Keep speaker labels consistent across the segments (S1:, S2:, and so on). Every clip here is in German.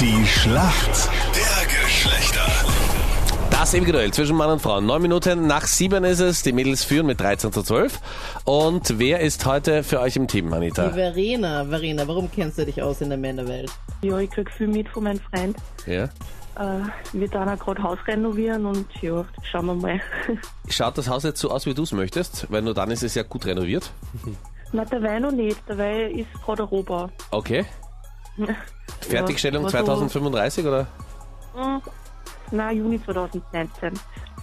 S1: Die Schlacht der Geschlechter.
S2: Das im Duell zwischen Mann und Frau. Neun Minuten nach sieben ist es. Die Mädels führen mit 13 zu 12. Und wer ist heute für euch im Team,
S3: Die
S2: Anita?
S3: Verena. Verena, warum kennst du dich aus in der Männerwelt?
S4: Ja, ich krieg viel mit von meinem Freund.
S2: Ja.
S4: Äh, wir tun auch gerade Haus renovieren und ja, schauen wir mal.
S2: Schaut das Haus jetzt so aus, wie du es möchtest? Weil nur dann ist es ja gut renoviert.
S4: Na, der Wein noch nicht, der Wein ist gerade Europa.
S2: Okay. Fertigstellung
S4: Ja, also-
S2: 2035 oder?
S4: Hm, Na, Juni 2019.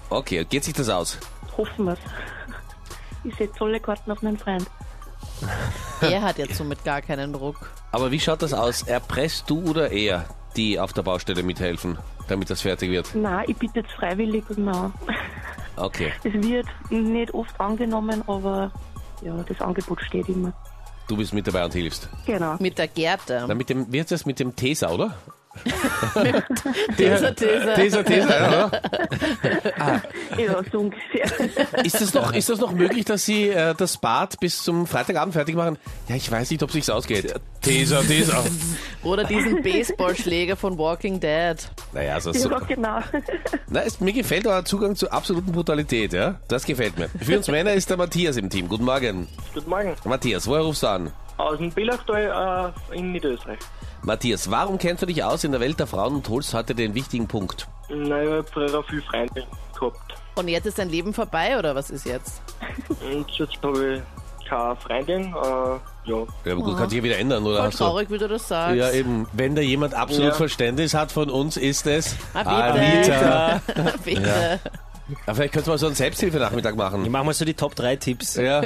S2: Okay, geht sich das aus?
S4: Hoffen wir's. Ich setze alle Karten auf meinen Freund.
S3: Er hat jetzt somit gar keinen Druck.
S2: Aber wie schaut das aus? Erpresst du oder er, die auf der Baustelle mithelfen, damit das fertig wird?
S4: Na, ich bitte jetzt freiwillig, genau.
S2: Okay.
S4: Es wird nicht oft angenommen, aber ja, das Angebot steht immer.
S2: Du bist mit dabei und hilfst.
S4: Genau.
S3: Mit der Gerda.
S2: Na, mit dem, wie heißt das mit dem Tesa, oder?
S3: Dieser, dieser.
S2: Tesa, Tesa, ja, oder?
S4: Ja, so ungefähr.
S2: Ist das noch, ist das noch möglich, dass Sie äh, das Bad bis zum Freitagabend fertig machen? Ja, ich weiß nicht, ob sich's ausgeht. Tesa, Tesa.
S3: Oder diesen Baseballschläger von Walking Dead.
S2: Naja, also so,
S4: Ja, genau.
S2: na, es, mir gefällt euer Zugang zur absoluten Brutalität, ja? Das gefällt mir. Für uns Männer ist der Matthias im Team. Guten Morgen.
S5: Guten Morgen.
S2: Matthias, woher rufst du an?
S5: Aus dem Billachtal äh, in Niederösterreich.
S2: Matthias, warum kennst du dich aus in der Welt der Frauen und holst heute den wichtigen Punkt?
S5: Na, ich habe früher auch viel Freunde gehabt.
S3: Und jetzt ist dein Leben vorbei, oder was ist jetzt?
S5: Und jetzt habe ich keine Freundin. Äh, ja.
S2: Ja, aber gut, kann sich ja wieder ändern, oder?
S3: Oh. Voll
S2: Hast du-
S3: traurig, wie du das sagst.
S2: Ja, eben. Wenn da jemand absolut
S5: Ja.
S2: Verständnis hat von uns, ist es
S3: Ah, bitte.
S2: Anita.
S3: Bitte.
S2: Aber vielleicht könntest du mal so einen Selbsthilfenachmittag machen.
S6: Ich mache mal so die Top 3 Tipps,
S2: Ja.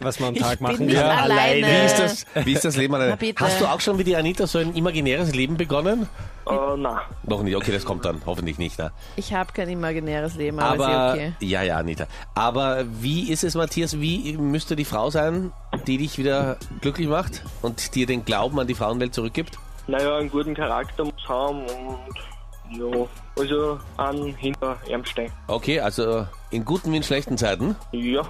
S6: was man am
S3: Ich
S6: Tag
S3: bin
S6: machen kann.
S3: nicht alleine.
S2: Wie ist das, wie ist das Leben alleine?
S3: Äh. Na bitte.
S2: Hast du auch schon wie die Anita so ein imaginäres Leben begonnen?
S5: Äh, nein.
S2: Noch nicht, okay, das kommt dann, hoffentlich nicht. Ne?
S3: Ich habe kein imaginäres Leben,
S2: Aber,
S3: aber, ist ja okay.
S2: ja, ja, Anita. Aber wie ist es, Matthias, wie müsste die Frau sein, die dich wieder glücklich macht und dir den Glauben an die Frauenwelt zurückgibt?
S5: Naja, einen guten Charakter muss haben und ja. Also an hinter Ärmstein.
S2: Okay, also in guten wie in schlechten Zeiten.
S5: Ja.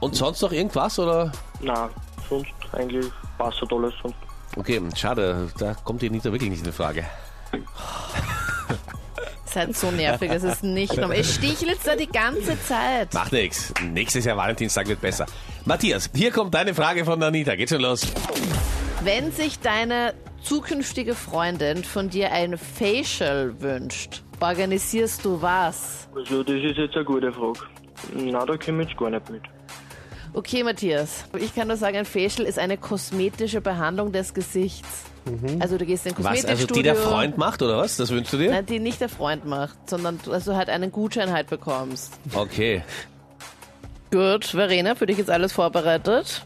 S2: Und sonst noch irgendwas, oder?
S5: Nein. Sonst eigentlich passt halt alles. Und
S2: Okay, schade, da kommt die Anita wirklich nicht in Frage.
S3: Seid halt so nervig, das ist nicht normal. Ich stichlitz da die ganze Zeit.
S2: Macht nichts. Nächstes Jahr Valentinstag wird besser. Matthias, hier kommt deine Frage von der Anita. Geht schon los.
S3: Wenn sich deine zukünftige Freundin von dir ein Facial wünscht, organisierst du was?
S5: also das ist jetzt eine gute Frage. Na, da komme ich jetzt gar nicht mit.
S3: Okay, Matthias, ich kann nur sagen, ein Facial ist eine kosmetische Behandlung des Gesichts. Also du gehst in ein
S2: Was,
S3: Kosmetikstudio.
S2: also die der Freund macht, oder was? Das wünschst du dir?
S3: Nein, die nicht der Freund macht, sondern du- dass du halt einen Gutschein halt bekommst.
S2: Okay.
S3: Gut, Verena, für dich ist alles vorbereitet.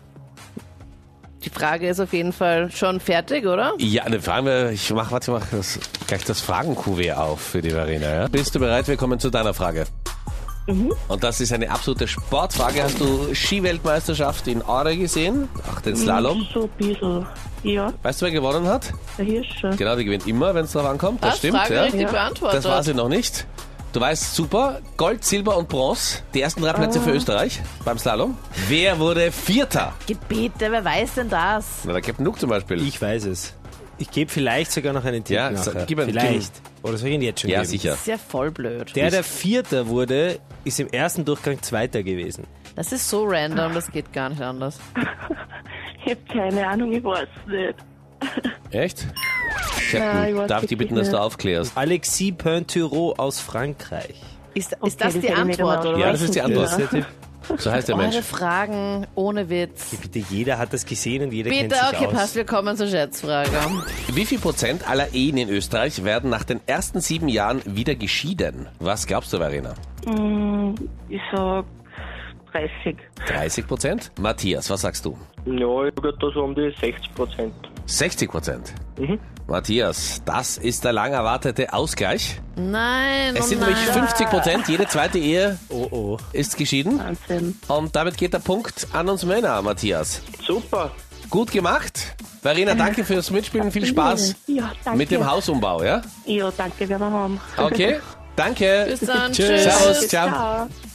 S3: Die Frage ist auf jeden Fall schon fertig, oder?
S2: Ja, dann fragen wir, ich mach, warte, ich mach das, gleich das Fragenkuvert auf für die Verena, ja? Bist du bereit? Wir kommen zu deiner Frage.
S3: Mhm.
S2: Und das ist eine absolute Sportfrage. Hast du Skiweltmeisterschaft in Aare gesehen? Ach, den
S3: Mhm.
S2: Slalom.
S4: So ein bisschen. Ja,
S2: Weißt du, wer gewonnen hat?
S4: der Hirsch.
S2: Genau, die gewinnt immer, wenn es drauf ankommt. Das
S3: Ah,
S2: stimmt,
S3: Frage
S2: ja.
S3: richtig
S4: Ja.
S3: beantwortet.
S2: Das war sie noch nicht. Du weißt, super, Gold, Silber und Bronze, die ersten drei
S3: Ah.
S2: Plätze für Österreich beim Slalom. Wer wurde Vierter?
S3: Gebete, wer weiß denn das?
S2: Na, der Captain Luke zum Beispiel.
S6: Ich weiß es. Ich gebe vielleicht sogar noch einen Tipp
S2: Ja,
S6: nachher.
S2: sag- gib einen-
S6: vielleicht. Oder soll ich ihn jetzt schon
S2: ja,
S6: geben?
S2: sicher.
S3: Ist ja voll blöd.
S6: Der, der Vierter wurde, ist im ersten Durchgang Zweiter gewesen.
S3: Das ist so random, das geht gar nicht anders.
S4: Ich hab keine Ahnung, ich weiß nicht.
S2: Echt?
S4: Nein, ich
S2: Captain,
S4: weiß
S2: darf ich dich
S4: wirklich
S2: bitten, dass du
S4: nicht.
S2: aufklärst?
S6: Alexis Pointureau aus Frankreich.
S3: Ist,
S4: Okay,
S3: ist das
S4: das
S3: die
S4: hätte ich mir
S3: Antwort,
S4: dann auch
S3: oder?
S2: Ja,
S3: was?
S2: das ist die
S6: Das
S2: Antwort.
S6: ist der Tipp.
S2: So heißt der
S3: Eure
S2: Mensch.
S3: Fragen ohne Witz.
S6: Bitte, jeder hat das gesehen und jeder kennt
S3: Bitte,
S6: sich
S3: okay,
S6: aus.
S3: passt, wir kommen zur Schätzfrage.
S2: Wie viel Prozent aller Ehen in Österreich werden nach den ersten sieben Jahren wieder geschieden? Was glaubst du, Verena?
S4: Hm, ich sag 30.
S2: 30 Prozent? Matthias, was sagst du?
S5: Ja, ich hab da so um die 60 Prozent.
S2: 60 Prozent.
S6: Mhm.
S2: Matthias, das ist der lang erwartete Ausgleich.
S3: Nein,
S2: Es
S3: oh
S2: sind
S3: nein.
S2: nämlich 50 Prozent. Jede zweite Ehe
S6: Oh, oh.
S2: ist geschieden.
S4: Wahnsinn.
S2: Und damit geht der Punkt an uns Männer, Matthias.
S5: Super.
S2: Gut gemacht. Verena, danke fürs Mitspielen. Viel Spaß
S4: Ja, danke.
S2: mit dem Hausumbau, ja?
S4: Ja, danke, werden wir haben.
S2: Okay, danke.
S3: Bis dann,
S6: Tschüss.
S3: tschüss.
S2: Servus, ciao.
S4: Ciao.